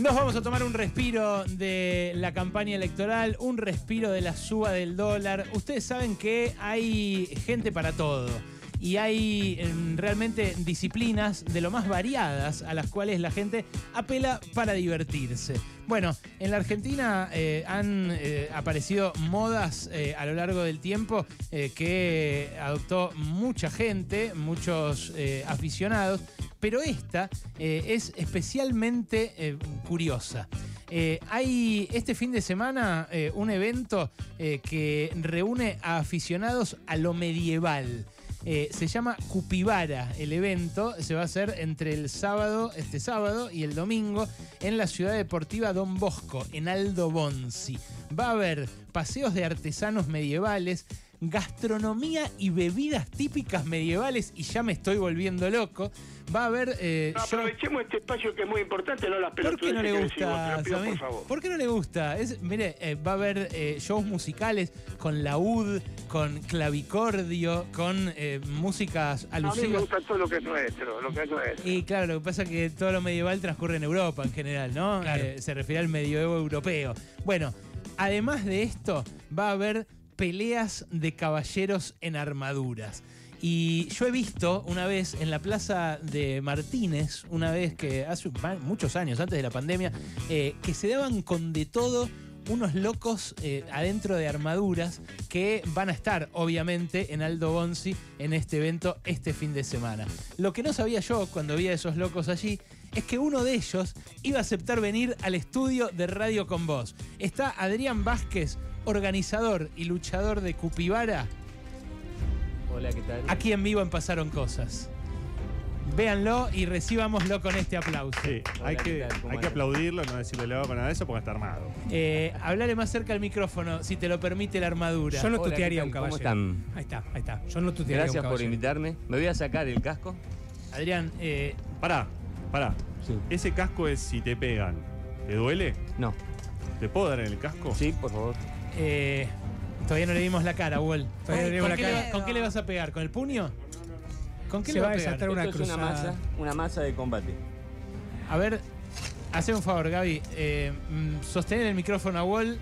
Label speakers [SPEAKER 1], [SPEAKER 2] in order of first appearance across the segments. [SPEAKER 1] Nos vamos a tomar un respiro de la campaña electoral, un respiro de la suba del dólar. Ustedes saben que hay gente para todo. Y hay em, realmente disciplinas de lo más variadas a las cuales la gente apela para divertirse. Bueno, en la Argentina eh, han eh, aparecido modas eh, a lo largo del tiempo eh, que adoptó mucha gente, muchos eh, aficionados, pero esta eh, es especialmente eh, curiosa. Eh, hay este fin de semana eh, un evento eh, que reúne a aficionados a lo medieval. Eh, se llama Cupivara el evento, se va a hacer entre el sábado, este sábado y el domingo en la ciudad deportiva Don Bosco, en Aldo Bonzi. Va a haber paseos de artesanos medievales, gastronomía y bebidas típicas medievales y ya me estoy volviendo loco. Va a haber... eh, show-
[SPEAKER 2] Aprovechemos este espacio que es muy importante, no las
[SPEAKER 1] ¿Por qué no le
[SPEAKER 2] pelotudeces que decimos, te
[SPEAKER 1] gusta,
[SPEAKER 2] lo pido,
[SPEAKER 1] Samir?
[SPEAKER 2] por favor.
[SPEAKER 1] ¿Por qué no le gusta? Es, mire, eh, va a haber eh, shows musicales con laúd, con clavicordio, con eh, músicas
[SPEAKER 2] A mí me
[SPEAKER 1] alusivas.
[SPEAKER 2] gusta todo lo que es nuestro, lo que es nuestro.
[SPEAKER 1] Y claro, lo que pasa es que todo lo medieval transcurre en Europa en general, ¿no?
[SPEAKER 3] Claro.
[SPEAKER 1] Eh, se refiere al medioevo europeo. Bueno, además de esto, va a haber peleas de caballeros en armaduras. Y yo he visto una vez en la plaza de Martínez, una vez que hace ma- muchos años, antes de la pandemia, eh, que se daban con de todo unos locos eh, adentro de armaduras que van a estar, obviamente, en Aldo Bonzi en este evento este fin de semana. Lo que no sabía yo cuando vi a esos locos allí es que uno de ellos iba a aceptar venir al estudio de Radio con Vos. Está Adrián Vázquez, organizador y luchador de Cupivara,
[SPEAKER 4] Hola, ¿qué tal?
[SPEAKER 1] aquí en vivo en Pasaron Cosas. Véanlo y recibámoslo con este aplauso.
[SPEAKER 5] Sí, hay
[SPEAKER 4] Hola,
[SPEAKER 5] que,
[SPEAKER 4] ¿qué tal? ¿Cómo
[SPEAKER 5] hay que
[SPEAKER 4] andan?
[SPEAKER 5] aplaudirlo, no decirle le para nada de eso porque está armado.
[SPEAKER 1] Eh, hablale más cerca al micrófono, si te lo permite la armadura.
[SPEAKER 3] Yo no
[SPEAKER 4] Hola, ¿qué
[SPEAKER 3] tutearía a un
[SPEAKER 4] tal? ¿Cómo
[SPEAKER 3] caballero.
[SPEAKER 4] están?
[SPEAKER 3] Ahí está, ahí está. Yo no tutearía a
[SPEAKER 4] Gracias
[SPEAKER 3] un
[SPEAKER 4] por
[SPEAKER 3] caballero.
[SPEAKER 4] invitarme. Me voy a sacar el casco.
[SPEAKER 1] Adrián, eh,
[SPEAKER 5] Pará, pará.
[SPEAKER 4] Sí.
[SPEAKER 5] Ese casco es si te pegan. ¿Te duele?
[SPEAKER 4] No.
[SPEAKER 5] ¿Te puedo dar en el casco?
[SPEAKER 4] Sí, por favor.
[SPEAKER 1] eh, todavía no le dimos la cara, Wall.
[SPEAKER 3] Todavía no le
[SPEAKER 1] ¿Con,
[SPEAKER 3] dimos la
[SPEAKER 1] qué
[SPEAKER 3] cara.
[SPEAKER 1] le- con qué le vas a pegar? ¿Con el puño? ¿Con qué
[SPEAKER 3] Se
[SPEAKER 1] le
[SPEAKER 3] va
[SPEAKER 1] vas
[SPEAKER 3] a
[SPEAKER 1] a pegar?
[SPEAKER 3] desatar Era una
[SPEAKER 4] Esto es una
[SPEAKER 3] cruzada.
[SPEAKER 4] masa, una masa de combate.
[SPEAKER 1] A ver, hace un favor, Gaby. Eh, mm, sostener el micrófono a Wall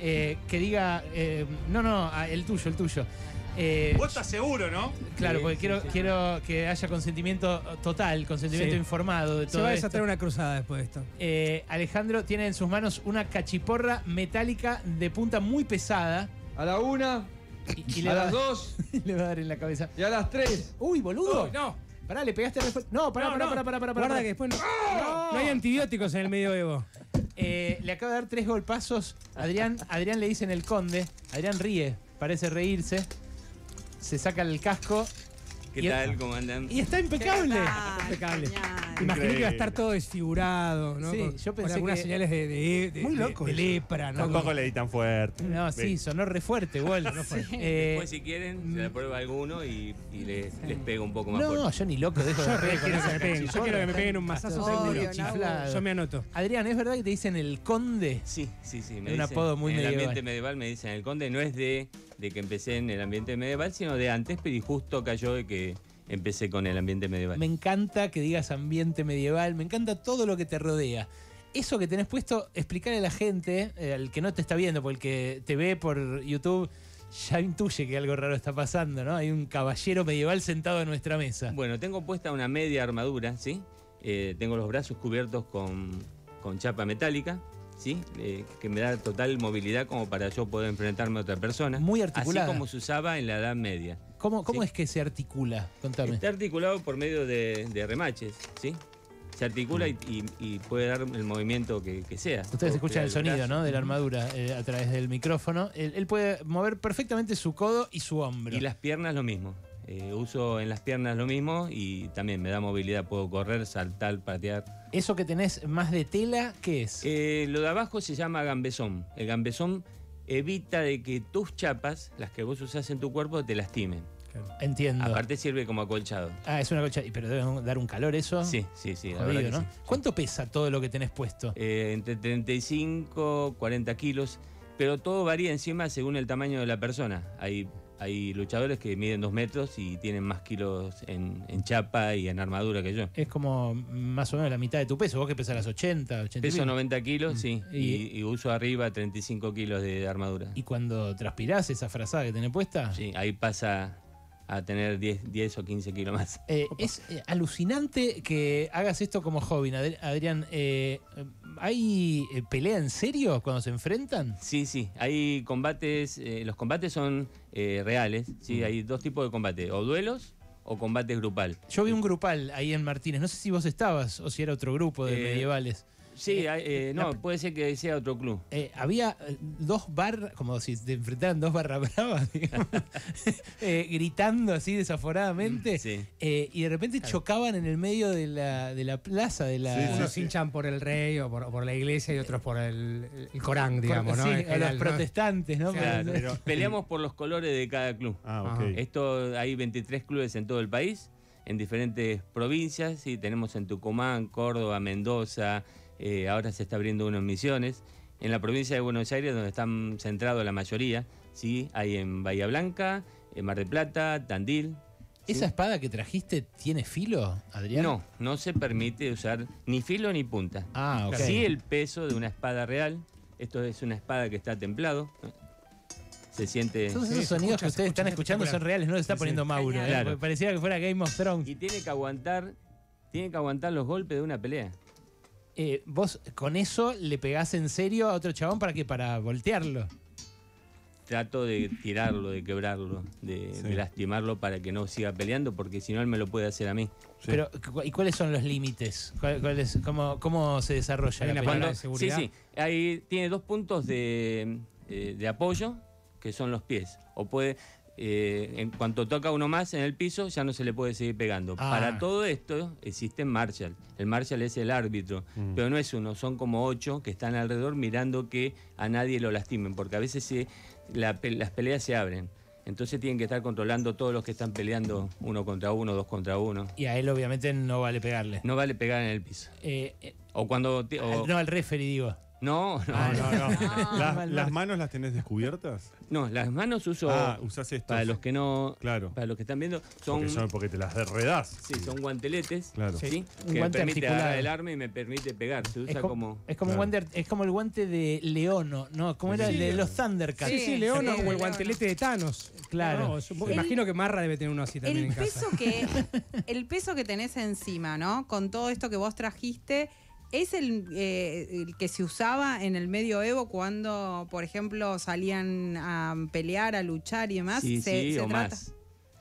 [SPEAKER 1] eh, que diga. eh, no, no, a- el tuyo, el tuyo. Eh,
[SPEAKER 5] Vos estás seguro, ¿no?
[SPEAKER 1] claro,
[SPEAKER 4] Sí,
[SPEAKER 1] porque
[SPEAKER 4] sí,
[SPEAKER 1] quiero,
[SPEAKER 4] sí.
[SPEAKER 1] quiero que haya consentimiento total, consentimiento
[SPEAKER 3] Sí.
[SPEAKER 1] informado de todo
[SPEAKER 3] Se va a
[SPEAKER 1] esto.
[SPEAKER 3] desatar una cruzada después de esto.
[SPEAKER 1] Eh, Alejandro tiene en sus manos una cachiporra metálica de punta muy pesada.
[SPEAKER 6] A la una,
[SPEAKER 1] Y, y
[SPEAKER 6] a
[SPEAKER 1] le, va,
[SPEAKER 6] las dos
[SPEAKER 1] le va a dar en la cabeza.
[SPEAKER 6] y a las tres.
[SPEAKER 1] ¡Uy, boludo!
[SPEAKER 3] Uy, no.
[SPEAKER 1] Pará, le pegaste re fuerte. No, pará,
[SPEAKER 3] No,
[SPEAKER 1] pará,
[SPEAKER 3] no.
[SPEAKER 1] pará, pará, pará, pará.
[SPEAKER 3] Guarda que después no, no hay antibióticos en el medioevo.
[SPEAKER 1] Eh, le acaba de dar tres golpazos. Adrián, Adrián le dicen el conde. Adrián ríe, parece reírse. Se saca el casco
[SPEAKER 4] ¿Qué
[SPEAKER 1] Y-
[SPEAKER 4] tal? ¿Cómo andan?
[SPEAKER 1] y está impecable.
[SPEAKER 3] Impecable.
[SPEAKER 6] genial.
[SPEAKER 3] Imaginé que iba a
[SPEAKER 5] Increíble.
[SPEAKER 3] estar todo desfigurado, ¿no?
[SPEAKER 1] Sí,
[SPEAKER 3] Con-
[SPEAKER 1] yo
[SPEAKER 3] con
[SPEAKER 1] pensé
[SPEAKER 3] algunas
[SPEAKER 1] que-
[SPEAKER 3] señales de, de- de-
[SPEAKER 1] Muy
[SPEAKER 3] de-
[SPEAKER 1] loco
[SPEAKER 3] de
[SPEAKER 1] eso.
[SPEAKER 3] lepra, ¿no?
[SPEAKER 5] Tampoco le di tan fuerte.
[SPEAKER 1] No, sí,
[SPEAKER 5] Ven.
[SPEAKER 1] sonó re fuerte, Wall. No, fue. Eh,
[SPEAKER 4] Después, si quieren,
[SPEAKER 3] mm.
[SPEAKER 4] se la prueba alguno y, y les, les pego un poco más
[SPEAKER 1] no,
[SPEAKER 4] fuerte.
[SPEAKER 1] yo ni loco dejo
[SPEAKER 3] Yo
[SPEAKER 1] de
[SPEAKER 3] re quiero que me peguen. Yo
[SPEAKER 1] cachiporra.
[SPEAKER 3] quiero que me peguen un mazazo
[SPEAKER 1] Está todo
[SPEAKER 3] seguro.
[SPEAKER 1] chiflado.
[SPEAKER 3] Yo me anoto.
[SPEAKER 1] Adrián, ¿es verdad que te dicen el conde?
[SPEAKER 4] Sí, sí, sí.
[SPEAKER 1] Un apodo muy
[SPEAKER 4] en el
[SPEAKER 1] medieval.
[SPEAKER 4] ambiente medieval me dicen el conde. No es de, de que empecé en el ambiente medieval, sino de antes, pero y justo cayó de que empecé con el ambiente medieval.
[SPEAKER 1] Me encanta que digas ambiente medieval, me encanta todo lo que te rodea. Eso que tenés puesto, explicarle a la gente, eh, al que no te está viendo, porque el que te ve por YouTube, ya intuye que algo raro está pasando, ¿no? Hay un caballero medieval sentado en nuestra mesa.
[SPEAKER 4] Bueno, tengo puesta una media armadura, ¿sí? Eh, tengo los brazos cubiertos con, con chapa metálica, ¿sí? Eh, que me da total movilidad como para yo poder enfrentarme a otra persona.
[SPEAKER 1] Muy articulada.
[SPEAKER 4] Así como se usaba en la Edad Media.
[SPEAKER 1] ¿Cómo, cómo
[SPEAKER 4] sí.
[SPEAKER 1] es que se articula? Contame.
[SPEAKER 4] Está articulado por medio de, de remaches, ¿sí? Se articula y, y- y puede dar el movimiento que, que sea.
[SPEAKER 1] Ustedes
[SPEAKER 4] O-
[SPEAKER 1] escuchan el
[SPEAKER 4] los
[SPEAKER 1] sonido,
[SPEAKER 4] brazos.
[SPEAKER 1] ¿no? De la armadura eh, a través del micrófono. Él, él puede mover perfectamente su codo y su hombro.
[SPEAKER 4] Y las piernas lo mismo. Eh, uso en las piernas lo mismo y también me da movilidad. Puedo correr, saltar, patear.
[SPEAKER 1] Eso que tenés más de tela, ¿qué es?
[SPEAKER 4] Eh, lo de abajo se llama gambesón. El gambesón evita de que tus chapas, las que vos usás en tu cuerpo, te lastimen.
[SPEAKER 1] Entiendo.
[SPEAKER 4] Aparte sirve como acolchado.
[SPEAKER 1] Ah, es una colcha. Pero debe dar un calor eso.
[SPEAKER 4] Sí, sí, sí. la
[SPEAKER 1] Ah. Jodido,
[SPEAKER 4] verdad que
[SPEAKER 1] ¿no?
[SPEAKER 4] sí.
[SPEAKER 1] ¿Cuánto pesa todo lo que tenés puesto?
[SPEAKER 4] Eh, entre 35, 40 kilos, pero todo varía encima según el tamaño de la persona. Hay hay luchadores que miden dos metros y tienen más kilos en, en chapa y en armadura que yo.
[SPEAKER 1] Es como más o menos la mitad de tu peso. Vos que pesarás 80, 80 y
[SPEAKER 4] Peso
[SPEAKER 1] pico.
[SPEAKER 4] 90 kilos, sí.
[SPEAKER 1] Mm. Y-
[SPEAKER 4] Y, y uso arriba 35 kilos de armadura.
[SPEAKER 1] Y cuando transpirás esa frazada que tenés puesta,
[SPEAKER 4] Sí, ahí pasa a tener 10, 10 o 15 kilos más.
[SPEAKER 1] Eh, es eh, alucinante que hagas esto como hobby, Adri- Adrián. Eh, ¿Hay eh, pelea en serio cuando se enfrentan?
[SPEAKER 4] Sí, sí, hay combates, eh, los combates son eh, reales, sí, hay dos tipos de combate, o duelos o combate grupal.
[SPEAKER 1] Yo vi un grupal ahí en Martínez. No sé si vos estabas o si era otro grupo de
[SPEAKER 4] Eh,
[SPEAKER 1] medievales.
[SPEAKER 4] Sí, hay, eh, no, puede ser que sea otro club.
[SPEAKER 1] Eh, había eh, dos barras, como si te enfrentaran dos barras bravas, digamos, eh, gritando así desaforadamente.
[SPEAKER 3] Mm,
[SPEAKER 4] Sí.
[SPEAKER 1] Eh, y de repente chocaban en el medio de la, de la plaza, de la.
[SPEAKER 3] Unos hinchan por el rey o por, o por la iglesia y otros por el, el Corán, digamos, ¿no?
[SPEAKER 1] Sí,
[SPEAKER 3] En
[SPEAKER 1] a los
[SPEAKER 3] general, ¿no?
[SPEAKER 1] protestantes, ¿no?
[SPEAKER 4] Claro,
[SPEAKER 5] pero-
[SPEAKER 4] peleamos por los colores de cada club.
[SPEAKER 5] Ah,
[SPEAKER 3] Ajá.
[SPEAKER 5] ok.
[SPEAKER 4] Esto hay 23 clubes en todo el país, en diferentes provincias, y tenemos en Tucumán, Córdoba, Mendoza, eh, ahora se está abriendo uno en Misiones. En la provincia de Buenos Aires, donde están centrados la mayoría, ¿sí? hay en Bahía Blanca, en Mar del Plata, Tandil.
[SPEAKER 1] ¿Esa espada que trajiste tiene filo, Adrián?
[SPEAKER 4] No, no se permite usar ni filo ni punta.
[SPEAKER 1] Ah, ok.
[SPEAKER 4] Sí el peso de una espada real. Esto es una espada que está templado. Se siente...
[SPEAKER 1] Todos
[SPEAKER 3] Sí,
[SPEAKER 1] esos
[SPEAKER 3] se
[SPEAKER 1] sonidos
[SPEAKER 3] escucha,
[SPEAKER 1] que
[SPEAKER 3] se
[SPEAKER 1] ustedes
[SPEAKER 3] escucha
[SPEAKER 1] están escuchando son
[SPEAKER 3] espectacular.
[SPEAKER 1] reales, no lo está
[SPEAKER 3] Sí, sí.
[SPEAKER 1] poniendo Mauro. ¿eh?
[SPEAKER 4] Claro.
[SPEAKER 1] Porque Pareciera que fuera Game of Thrones.
[SPEAKER 4] Y tiene que aguantar, tiene que aguantar los golpes de una pelea.
[SPEAKER 1] Eh, vos con eso le pegás en serio a otro chabón para que para voltearlo.
[SPEAKER 4] Trato de tirarlo, de quebrarlo, de,
[SPEAKER 5] Sí.
[SPEAKER 4] de lastimarlo para que no siga peleando, porque si no él me lo puede hacer a mí.
[SPEAKER 5] Sí.
[SPEAKER 1] Pero, cu- ¿y cuáles son los límites? ¿Cuál- cuál es- cómo, cómo se desarrolla
[SPEAKER 3] Hay
[SPEAKER 1] la
[SPEAKER 3] una
[SPEAKER 1] pelea?
[SPEAKER 3] palabra
[SPEAKER 4] Cuando-
[SPEAKER 3] de seguridad.
[SPEAKER 4] Sí, sí. Ahí tiene dos puntos de, eh, de apoyo, que son los pies. O puede, eh, en cuanto toca uno más en el piso, ya no se le puede seguir pegando.
[SPEAKER 1] Ah.
[SPEAKER 4] Para todo esto existe Marshall. El Marshall es el árbitro,
[SPEAKER 5] Mm.
[SPEAKER 4] pero no es uno, son como ocho que están alrededor mirando que a nadie lo lastimen, porque a veces se- la pe- las peleas se abren. Entonces tienen que estar controlando todos los que están peleando uno contra uno, dos contra uno.
[SPEAKER 1] Y a él obviamente no vale pegarle.
[SPEAKER 4] No vale pegar en el piso.
[SPEAKER 1] Eh, eh,
[SPEAKER 4] O cuando... te- o-
[SPEAKER 1] al- no, al referee digo.
[SPEAKER 4] no, no,
[SPEAKER 5] No, no, no. Las-
[SPEAKER 1] mal
[SPEAKER 5] ¿Las
[SPEAKER 1] marco.
[SPEAKER 5] manos las tenés descubiertas?
[SPEAKER 4] No, las manos uso
[SPEAKER 5] Ah, usás estos.
[SPEAKER 4] para los que no,
[SPEAKER 5] Claro.
[SPEAKER 4] para los que están viendo, son,
[SPEAKER 5] Porque, son- porque te las derredás.
[SPEAKER 4] sí, son guanteletes,
[SPEAKER 5] Claro.
[SPEAKER 4] ¿sí?
[SPEAKER 1] Sí, un
[SPEAKER 4] que
[SPEAKER 1] guante
[SPEAKER 4] me permite agarrar
[SPEAKER 1] articulado.
[SPEAKER 4] el arma y me permite pegar. Se usa
[SPEAKER 1] co-
[SPEAKER 4] como,
[SPEAKER 1] es como, un
[SPEAKER 5] Claro.
[SPEAKER 1] guante- es como el guante de Leono, ¿no? Como era el de los Thundercats.
[SPEAKER 3] Sí, sí,
[SPEAKER 6] Sí,
[SPEAKER 3] León
[SPEAKER 6] sí,
[SPEAKER 3] o el
[SPEAKER 6] León.
[SPEAKER 3] guantelete de Thanos.
[SPEAKER 1] Claro.
[SPEAKER 3] No, yo- Imagino que Marra debe tener uno así también
[SPEAKER 6] El
[SPEAKER 3] en casa.
[SPEAKER 6] peso, que, el peso que tenés encima, ¿no? Con todo esto que vos trajiste, ¿es el, eh, el que se usaba en el medioevo cuando, por ejemplo, salían a pelear, a luchar y demás?
[SPEAKER 4] sí,
[SPEAKER 6] ¿Se-
[SPEAKER 4] sí
[SPEAKER 6] se
[SPEAKER 4] o
[SPEAKER 6] trata? Mm.
[SPEAKER 4] más.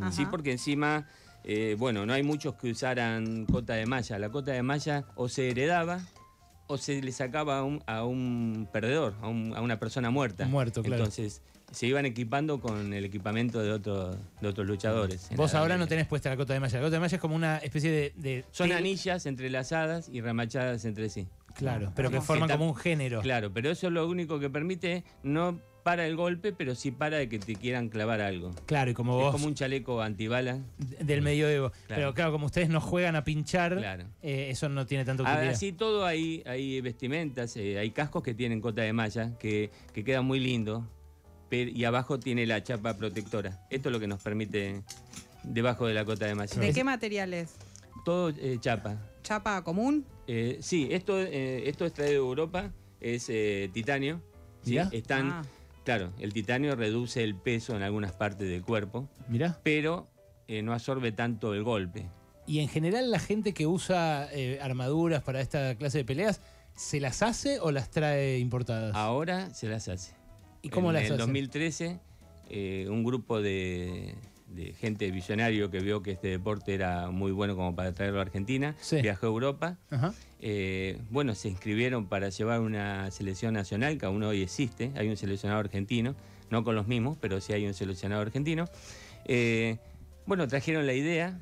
[SPEAKER 6] Ajá.
[SPEAKER 4] Sí, porque encima, eh, bueno, no hay muchos que usaran cota de malla. La cota de malla o se heredaba o se le sacaba a un, a un perdedor, a, un- a una persona muerta.
[SPEAKER 1] Muerto, claro.
[SPEAKER 4] Entonces se iban equipando con el equipamiento de, otro, de otros luchadores. en
[SPEAKER 1] Vos
[SPEAKER 4] la Edad
[SPEAKER 1] ahora no
[SPEAKER 4] Media.
[SPEAKER 1] tenés puesta la cota de malla. La cota de malla es como una especie de. de
[SPEAKER 4] Son
[SPEAKER 1] tel-
[SPEAKER 4] anillas entrelazadas y remachadas entre sí.
[SPEAKER 1] Claro, pero que
[SPEAKER 4] Hermoso.
[SPEAKER 1] forman
[SPEAKER 4] Que tam-
[SPEAKER 1] como un género.
[SPEAKER 4] Claro, pero eso es lo único que permite, no para el golpe, pero sí para de que te quieran clavar algo.
[SPEAKER 1] Claro, y como
[SPEAKER 4] Es
[SPEAKER 1] vos
[SPEAKER 4] como un chaleco antibala.
[SPEAKER 1] d- del medioevo. Pero claro, como ustedes no juegan a pinchar,
[SPEAKER 4] Claro.
[SPEAKER 1] eh, eso no tiene tanto utilidad.
[SPEAKER 4] Ah, Así todo hay, hay vestimentas, eh, hay cascos que tienen cota de malla, que, que queda muy lindo, pero- y abajo tiene la chapa protectora. Esto es lo que nos permite debajo de la cota de malla.
[SPEAKER 6] ¿De qué material es?
[SPEAKER 4] Todo eh, chapa.
[SPEAKER 6] ¿Chapa común?
[SPEAKER 4] Eh, sí, esto, eh, esto es traído de Europa, es eh, titanio. ¿sí?
[SPEAKER 1] Mirá.
[SPEAKER 4] Están,
[SPEAKER 6] Ah.
[SPEAKER 4] Claro, el titanio reduce el peso en algunas partes del cuerpo,
[SPEAKER 1] Mirá.
[SPEAKER 4] pero eh, no absorbe tanto el golpe.
[SPEAKER 1] Y en general, la gente que usa eh, armaduras para esta clase de peleas, ¿se las hace o las trae importadas?
[SPEAKER 4] Ahora se las hace.
[SPEAKER 1] ¿Y cómo
[SPEAKER 4] Ah, en
[SPEAKER 1] las
[SPEAKER 4] el
[SPEAKER 1] hacen?
[SPEAKER 4] 2013, eh, un grupo de, de gente visionario que vio que este deporte era muy bueno como para traerlo a Argentina,
[SPEAKER 1] Sí.
[SPEAKER 4] viajó a Europa.
[SPEAKER 1] Ajá.
[SPEAKER 4] Eh, bueno, se inscribieron para llevar una selección nacional, que aún hoy existe. Hay un seleccionado argentino, no con los mismos, pero sí hay un seleccionado argentino. Eh, bueno, trajeron la idea,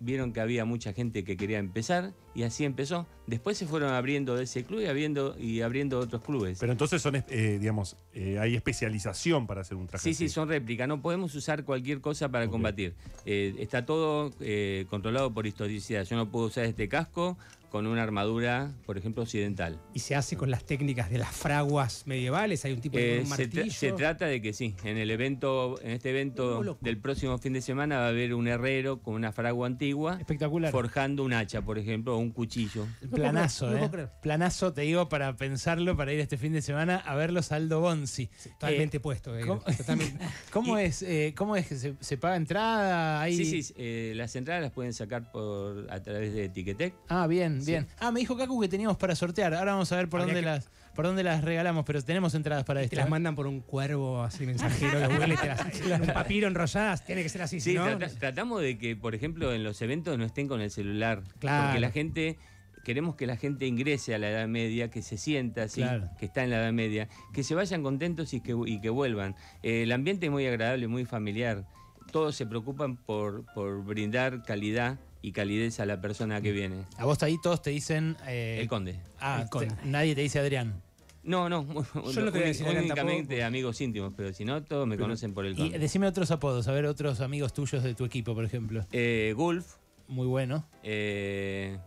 [SPEAKER 4] vieron que había mucha gente que quería empezar y así empezó. Después se fueron abriendo de ese club y abriendo, y abriendo otros clubes.
[SPEAKER 5] Pero entonces son, eh, digamos, eh, hay especialización para hacer un traje.
[SPEAKER 4] Sí, sí,
[SPEAKER 5] así.
[SPEAKER 4] son réplicas. No podemos usar cualquier cosa para
[SPEAKER 5] Ok.
[SPEAKER 4] combatir. Eh, está todo eh, controlado por historicidad. Yo no puedo usar este casco con una armadura, por ejemplo, occidental.
[SPEAKER 3] Y se hace con las técnicas de las fraguas medievales. Hay un tipo
[SPEAKER 4] Eh,
[SPEAKER 3] de un
[SPEAKER 4] se, tra-
[SPEAKER 3] martillo.
[SPEAKER 4] se trata de que sí, en el evento, en este evento
[SPEAKER 3] Oh, loco.
[SPEAKER 4] del próximo fin de semana va a haber un herrero con una fragua antigua
[SPEAKER 1] Espectacular.
[SPEAKER 4] forjando un hacha, por ejemplo, o un cuchillo.
[SPEAKER 3] puedo
[SPEAKER 1] Planazo,
[SPEAKER 3] creer, no
[SPEAKER 1] ¿eh?
[SPEAKER 3] puedo creer.
[SPEAKER 1] Planazo, te digo, para pensarlo, para ir este fin de semana a verlos Aldo Bonzi.
[SPEAKER 3] Totalmente puesto. eh,
[SPEAKER 1] ¿Cómo,
[SPEAKER 3] totalmente.
[SPEAKER 1] ¿Cómo es, eh, ¿Cómo es que se, se paga entrada? Hay-
[SPEAKER 4] Sí, sí, eh, las entradas las pueden sacar por a través de Etiquetec.
[SPEAKER 1] Ah, bien, bien. Ah, me dijo Kaku que teníamos para sortear. Ahora vamos a ver por
[SPEAKER 3] Habría
[SPEAKER 1] dónde
[SPEAKER 3] que-
[SPEAKER 1] las por dónde las regalamos, pero tenemos entradas para
[SPEAKER 3] Te
[SPEAKER 1] esto.
[SPEAKER 3] las
[SPEAKER 1] ¿eh?
[SPEAKER 3] mandan por un cuervo así mensajero que huele, te las- en un papiro enrolladas, tiene que ser así,
[SPEAKER 4] Sí,
[SPEAKER 3] si ¿no?
[SPEAKER 4] trata- tratamos de que, por ejemplo, en los eventos no estén con el celular.
[SPEAKER 3] Claro.
[SPEAKER 4] Porque la gente, queremos que la gente ingrese a la Edad Media, que se sienta así,
[SPEAKER 1] Claro.
[SPEAKER 4] que está en la Edad Media, que se vayan contentos y que, y que vuelvan. Eh, el ambiente es muy agradable, muy familiar. Todos se preocupan por, por brindar calidad y calidez a la persona que viene.
[SPEAKER 1] A vos ahí todos te dicen. eh,
[SPEAKER 4] El conde.
[SPEAKER 1] Ah,
[SPEAKER 3] El conde.
[SPEAKER 1] te- nadie te dice Adrián.
[SPEAKER 4] No, no,
[SPEAKER 3] Yo no te voy a decir Adrián
[SPEAKER 4] únicamente
[SPEAKER 3] tampoco.
[SPEAKER 4] amigos íntimos, pero si no, todos me conocen por el
[SPEAKER 1] Y
[SPEAKER 4] conde.
[SPEAKER 1] decime otros apodos, a ver, otros amigos tuyos de tu equipo, por ejemplo.
[SPEAKER 4] Eh, Gulf,
[SPEAKER 1] Muy bueno.
[SPEAKER 4] eh,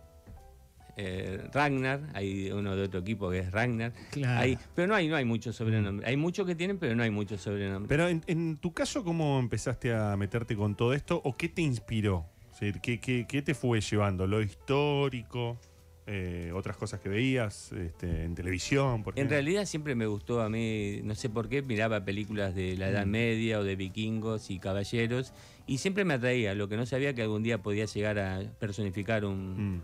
[SPEAKER 4] eh, Ragnar, hay uno de otro equipo que es Ragnar.
[SPEAKER 1] Claro.
[SPEAKER 4] Hay- pero no hay, no hay muchos sobrenombres. Hay muchos que tienen, pero no hay muchos sobrenombres.
[SPEAKER 5] Pero en, en tu caso, ¿cómo empezaste a meterte con todo esto o qué te inspiró? Es decir, ¿qué, qué- qué te fue llevando? ¿Lo histórico? Eh, ¿Otras cosas que veías este, en televisión? Por
[SPEAKER 4] en
[SPEAKER 5] ejemplo?
[SPEAKER 4] realidad siempre me gustó a mí, no sé por qué, miraba películas de la
[SPEAKER 1] Mm.
[SPEAKER 4] Edad Media o de vikingos y caballeros y siempre me atraía, lo que no sabía que algún día podía llegar a personificar un,
[SPEAKER 5] Mm.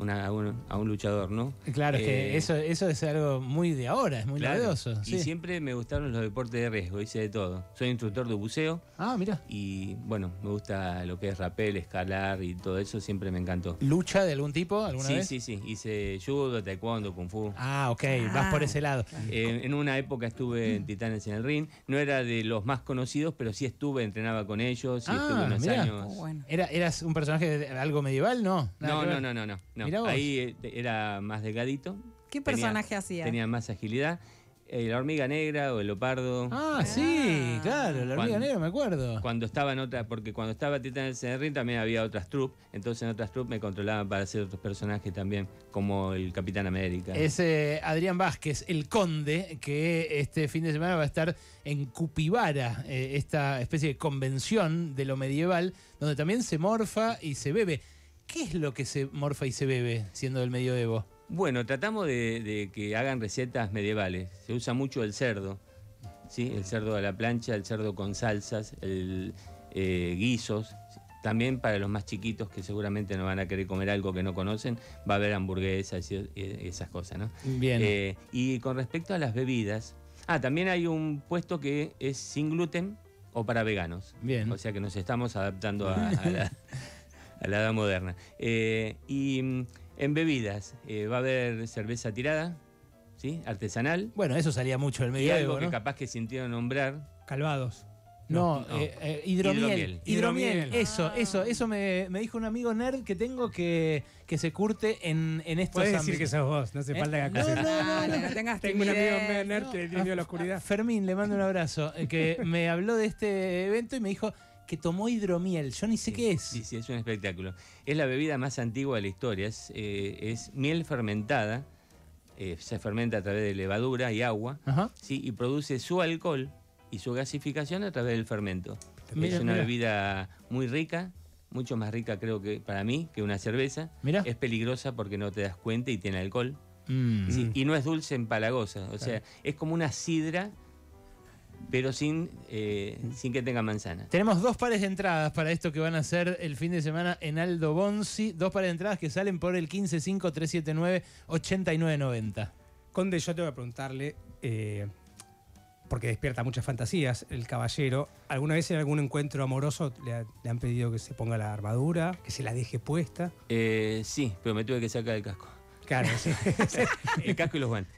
[SPEAKER 4] una- a, un, a un luchador, ¿no?
[SPEAKER 1] Claro, es que
[SPEAKER 4] Eh,
[SPEAKER 1] eso, eso es algo muy de ahora, es muy
[SPEAKER 4] claro.
[SPEAKER 1] novedoso.
[SPEAKER 4] Y
[SPEAKER 1] sí.
[SPEAKER 4] siempre me gustaron los deportes de riesgo, hice de todo. Soy instructor de buceo,
[SPEAKER 1] Ah, mira.
[SPEAKER 4] Y bueno, me gusta lo que es rapel, escalar y todo eso, siempre me encantó.
[SPEAKER 1] ¿Lucha de algún tipo alguna
[SPEAKER 4] Sí,
[SPEAKER 1] vez?
[SPEAKER 4] sí, sí, hice judo, taekwondo, kung fu.
[SPEAKER 1] Ah, ok, vas por ese lado.
[SPEAKER 4] Eh, en una época estuve
[SPEAKER 1] Mm.
[SPEAKER 4] en Titanes en el Ring, no era de los más conocidos, pero sí estuve, entrenaba con ellos y
[SPEAKER 1] Ah,
[SPEAKER 4] estuve unos
[SPEAKER 1] mirá.
[SPEAKER 4] años.
[SPEAKER 6] Oh, bueno.
[SPEAKER 1] ¿Era, ¿Eras un personaje de algo medieval? No. nada
[SPEAKER 4] No,
[SPEAKER 1] que
[SPEAKER 4] no,
[SPEAKER 1] ver.
[SPEAKER 4] no, no, no. no.
[SPEAKER 1] Mirá vos.
[SPEAKER 4] Ahí eh, te- era más delgadito,
[SPEAKER 6] ¿Qué
[SPEAKER 4] Tenía-
[SPEAKER 6] personaje hacía?
[SPEAKER 4] tenía más agilidad. Eh, la hormiga negra o el leopardo.
[SPEAKER 1] Ah, sí,
[SPEAKER 6] Ah.
[SPEAKER 1] claro, la hormiga
[SPEAKER 4] Cuando-
[SPEAKER 1] negra, me acuerdo.
[SPEAKER 4] Cuando estaba en otra, porque cuando estaba Titanes en el Ring también había otras trupes, entonces en otras trupes me controlaban para hacer otros personajes también, como el Capitán América.
[SPEAKER 1] Es eh, Adrián Vázquez, el conde, que este fin de semana va a estar en Cupivara, eh, esta especie de convención de lo medieval, donde también se morfa y se bebe. ¿Qué es lo que se morfa y se bebe siendo del medioevo?
[SPEAKER 4] Bueno, tratamos de, de que hagan recetas medievales. Se usa mucho el cerdo, ¿sí? El cerdo a la plancha, el cerdo con salsas, el eh, guisos. También para los más chiquitos que seguramente no van a querer comer algo que no conocen, va a haber hamburguesas y eh, esas cosas, ¿no?
[SPEAKER 1] Bien.
[SPEAKER 4] Eh, y con respecto a las bebidas, ah, también hay un puesto que es sin gluten o para veganos.
[SPEAKER 1] Bien.
[SPEAKER 4] O sea que nos estamos adaptando a, a la, a la edad moderna. Eh, y mm, en bebidas, eh, va a haber cerveza tirada, ¿sí? Artesanal.
[SPEAKER 1] bueno, eso salía mucho del
[SPEAKER 4] Y algo
[SPEAKER 1] medioevo,
[SPEAKER 4] que
[SPEAKER 1] ¿no?
[SPEAKER 4] capaz que sintieron nombrar,
[SPEAKER 3] Calvados.
[SPEAKER 1] No,
[SPEAKER 4] no.
[SPEAKER 1] eh, eh, hidromiel.
[SPEAKER 4] Hidromiel.
[SPEAKER 1] Hidromiel. Eso, eso, eso me, me dijo un amigo nerd que tengo que, que se curte en, en estos
[SPEAKER 3] Puedes decir que
[SPEAKER 1] ámbitos.
[SPEAKER 3] sos vos, no hace
[SPEAKER 1] ¿Eh?
[SPEAKER 3] falta que
[SPEAKER 1] No,
[SPEAKER 3] acuses.
[SPEAKER 1] no,
[SPEAKER 6] Ah, no, no tengas
[SPEAKER 3] Tengo un amigo
[SPEAKER 6] timidez.
[SPEAKER 3] nerd que le tiene miedo a la oscuridad.
[SPEAKER 1] Ah, Fermín, le mando un abrazo, eh, que me habló de este evento y me dijo que tomó hidromiel. Yo ni sé qué es.
[SPEAKER 4] eh, Sí, sí, es un espectáculo. Es la bebida más antigua de la historia. Es, eh, es miel fermentada. eh, se fermenta a través de levadura y agua.
[SPEAKER 1] Ajá.
[SPEAKER 4] ¿sí? y produce su alcohol y su gasificación a través del fermento.
[SPEAKER 1] Mira,
[SPEAKER 4] es una
[SPEAKER 1] mira.
[SPEAKER 4] bebida muy rica, mucho más rica creo que para mí que una cerveza.
[SPEAKER 1] Mira.
[SPEAKER 4] Es peligrosa porque no te das cuenta y tiene alcohol.
[SPEAKER 1] Mm.
[SPEAKER 4] ¿sí? Y no es dulce empalagosa, o sea, es como una sidra, pero sin, eh, sin que tenga manzana.
[SPEAKER 1] Tenemos dos pares de entradas para esto que van a hacer el fin de semana en Aldo Bonzi. Dos pares de entradas que salen por el 155379-8990.
[SPEAKER 3] Conde, yo te voy a preguntarle, eh, porque despierta muchas fantasías, el caballero. ¿Alguna vez en algún encuentro amoroso le, ha- le han pedido que se ponga la armadura, que se la deje puesta?
[SPEAKER 4] Eh, sí, pero me tuve que sacar el casco.
[SPEAKER 3] Claro, sí.
[SPEAKER 4] El casco y los guantes.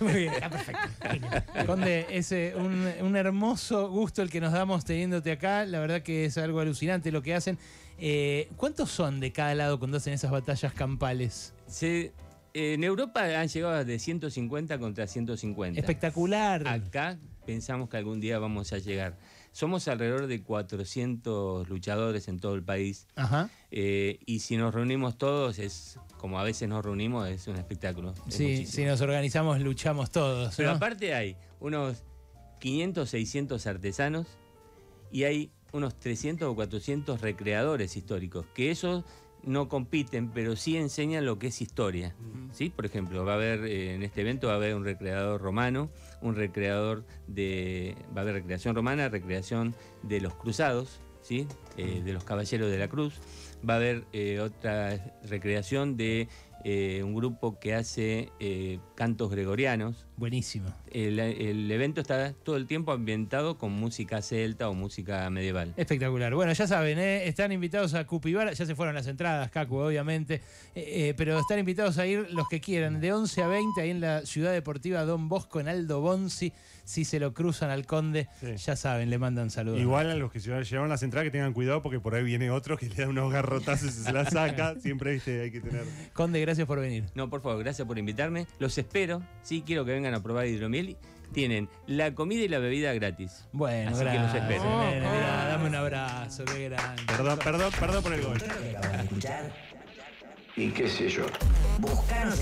[SPEAKER 3] Muy bien, está perfecto. genial.
[SPEAKER 1] Conde, es eh, un, un hermoso gusto el que nos damos teniéndote acá. La verdad que es algo alucinante lo que hacen. Eh, ¿Cuántos son de cada lado cuando hacen esas batallas campales?
[SPEAKER 4] Se- en Europa han llegado de 150 contra 150.
[SPEAKER 1] Espectacular.
[SPEAKER 4] Acá pensamos que algún día vamos a llegar. Somos alrededor de 400 luchadores en todo el país.
[SPEAKER 1] Ajá.
[SPEAKER 4] eh, y si nos reunimos todos, es como a veces nos reunimos, es un espectáculo. es
[SPEAKER 1] Sí,
[SPEAKER 4] muchísimo.
[SPEAKER 1] si nos organizamos, luchamos todos.
[SPEAKER 4] Pero
[SPEAKER 1] ¿no?
[SPEAKER 4] aparte hay unos 500, 600 artesanos y hay unos 300 o 400 recreadores históricos, que esos no compiten, pero sí enseñan lo que es historia. ¿sí? Por ejemplo, va a haber eh, en este evento va a haber un recreador romano, un recreador de... va a haber recreación romana, recreación de los cruzados, ¿sí? Eh, de los caballeros de la cruz. Va a haber eh, otra recreación de eh, un grupo que hace eh, cantos gregorianos,
[SPEAKER 1] Buenísimo.
[SPEAKER 4] el, el evento está todo el tiempo ambientado con música celta o música medieval.
[SPEAKER 1] Espectacular. Bueno, ya saben, ¿eh? están invitados a Cupibara. Ya se fueron las entradas, Cacu, obviamente. Eh, eh, pero están invitados a ir los que quieran. De 11 a 20, ahí en la Ciudad Deportiva Don Bosco, en Aldo Bonzi. Si se lo cruzan al Conde,
[SPEAKER 5] Sí.
[SPEAKER 1] ya saben, le mandan saludos.
[SPEAKER 5] Igual a los que lleva- llevaron las entradas que tengan cuidado porque por ahí viene otro que le da unos garrotazos y se la saca. Siempre viste, hay que tener.
[SPEAKER 1] Conde, gracias por venir.
[SPEAKER 4] No, por favor, gracias por invitarme. Los espero. Sí, quiero que vengan a probar hidromiel. Tienen la comida y la bebida gratis.
[SPEAKER 1] Bueno,
[SPEAKER 4] Así que los
[SPEAKER 1] gracias,
[SPEAKER 4] espero.
[SPEAKER 1] nene, mirá, dame un abrazo, qué grande.
[SPEAKER 5] Perdón, perdón, perdón por el gol.
[SPEAKER 7] Lo que acaban de escuchar,
[SPEAKER 2] Y qué sé yo.
[SPEAKER 7] buscanos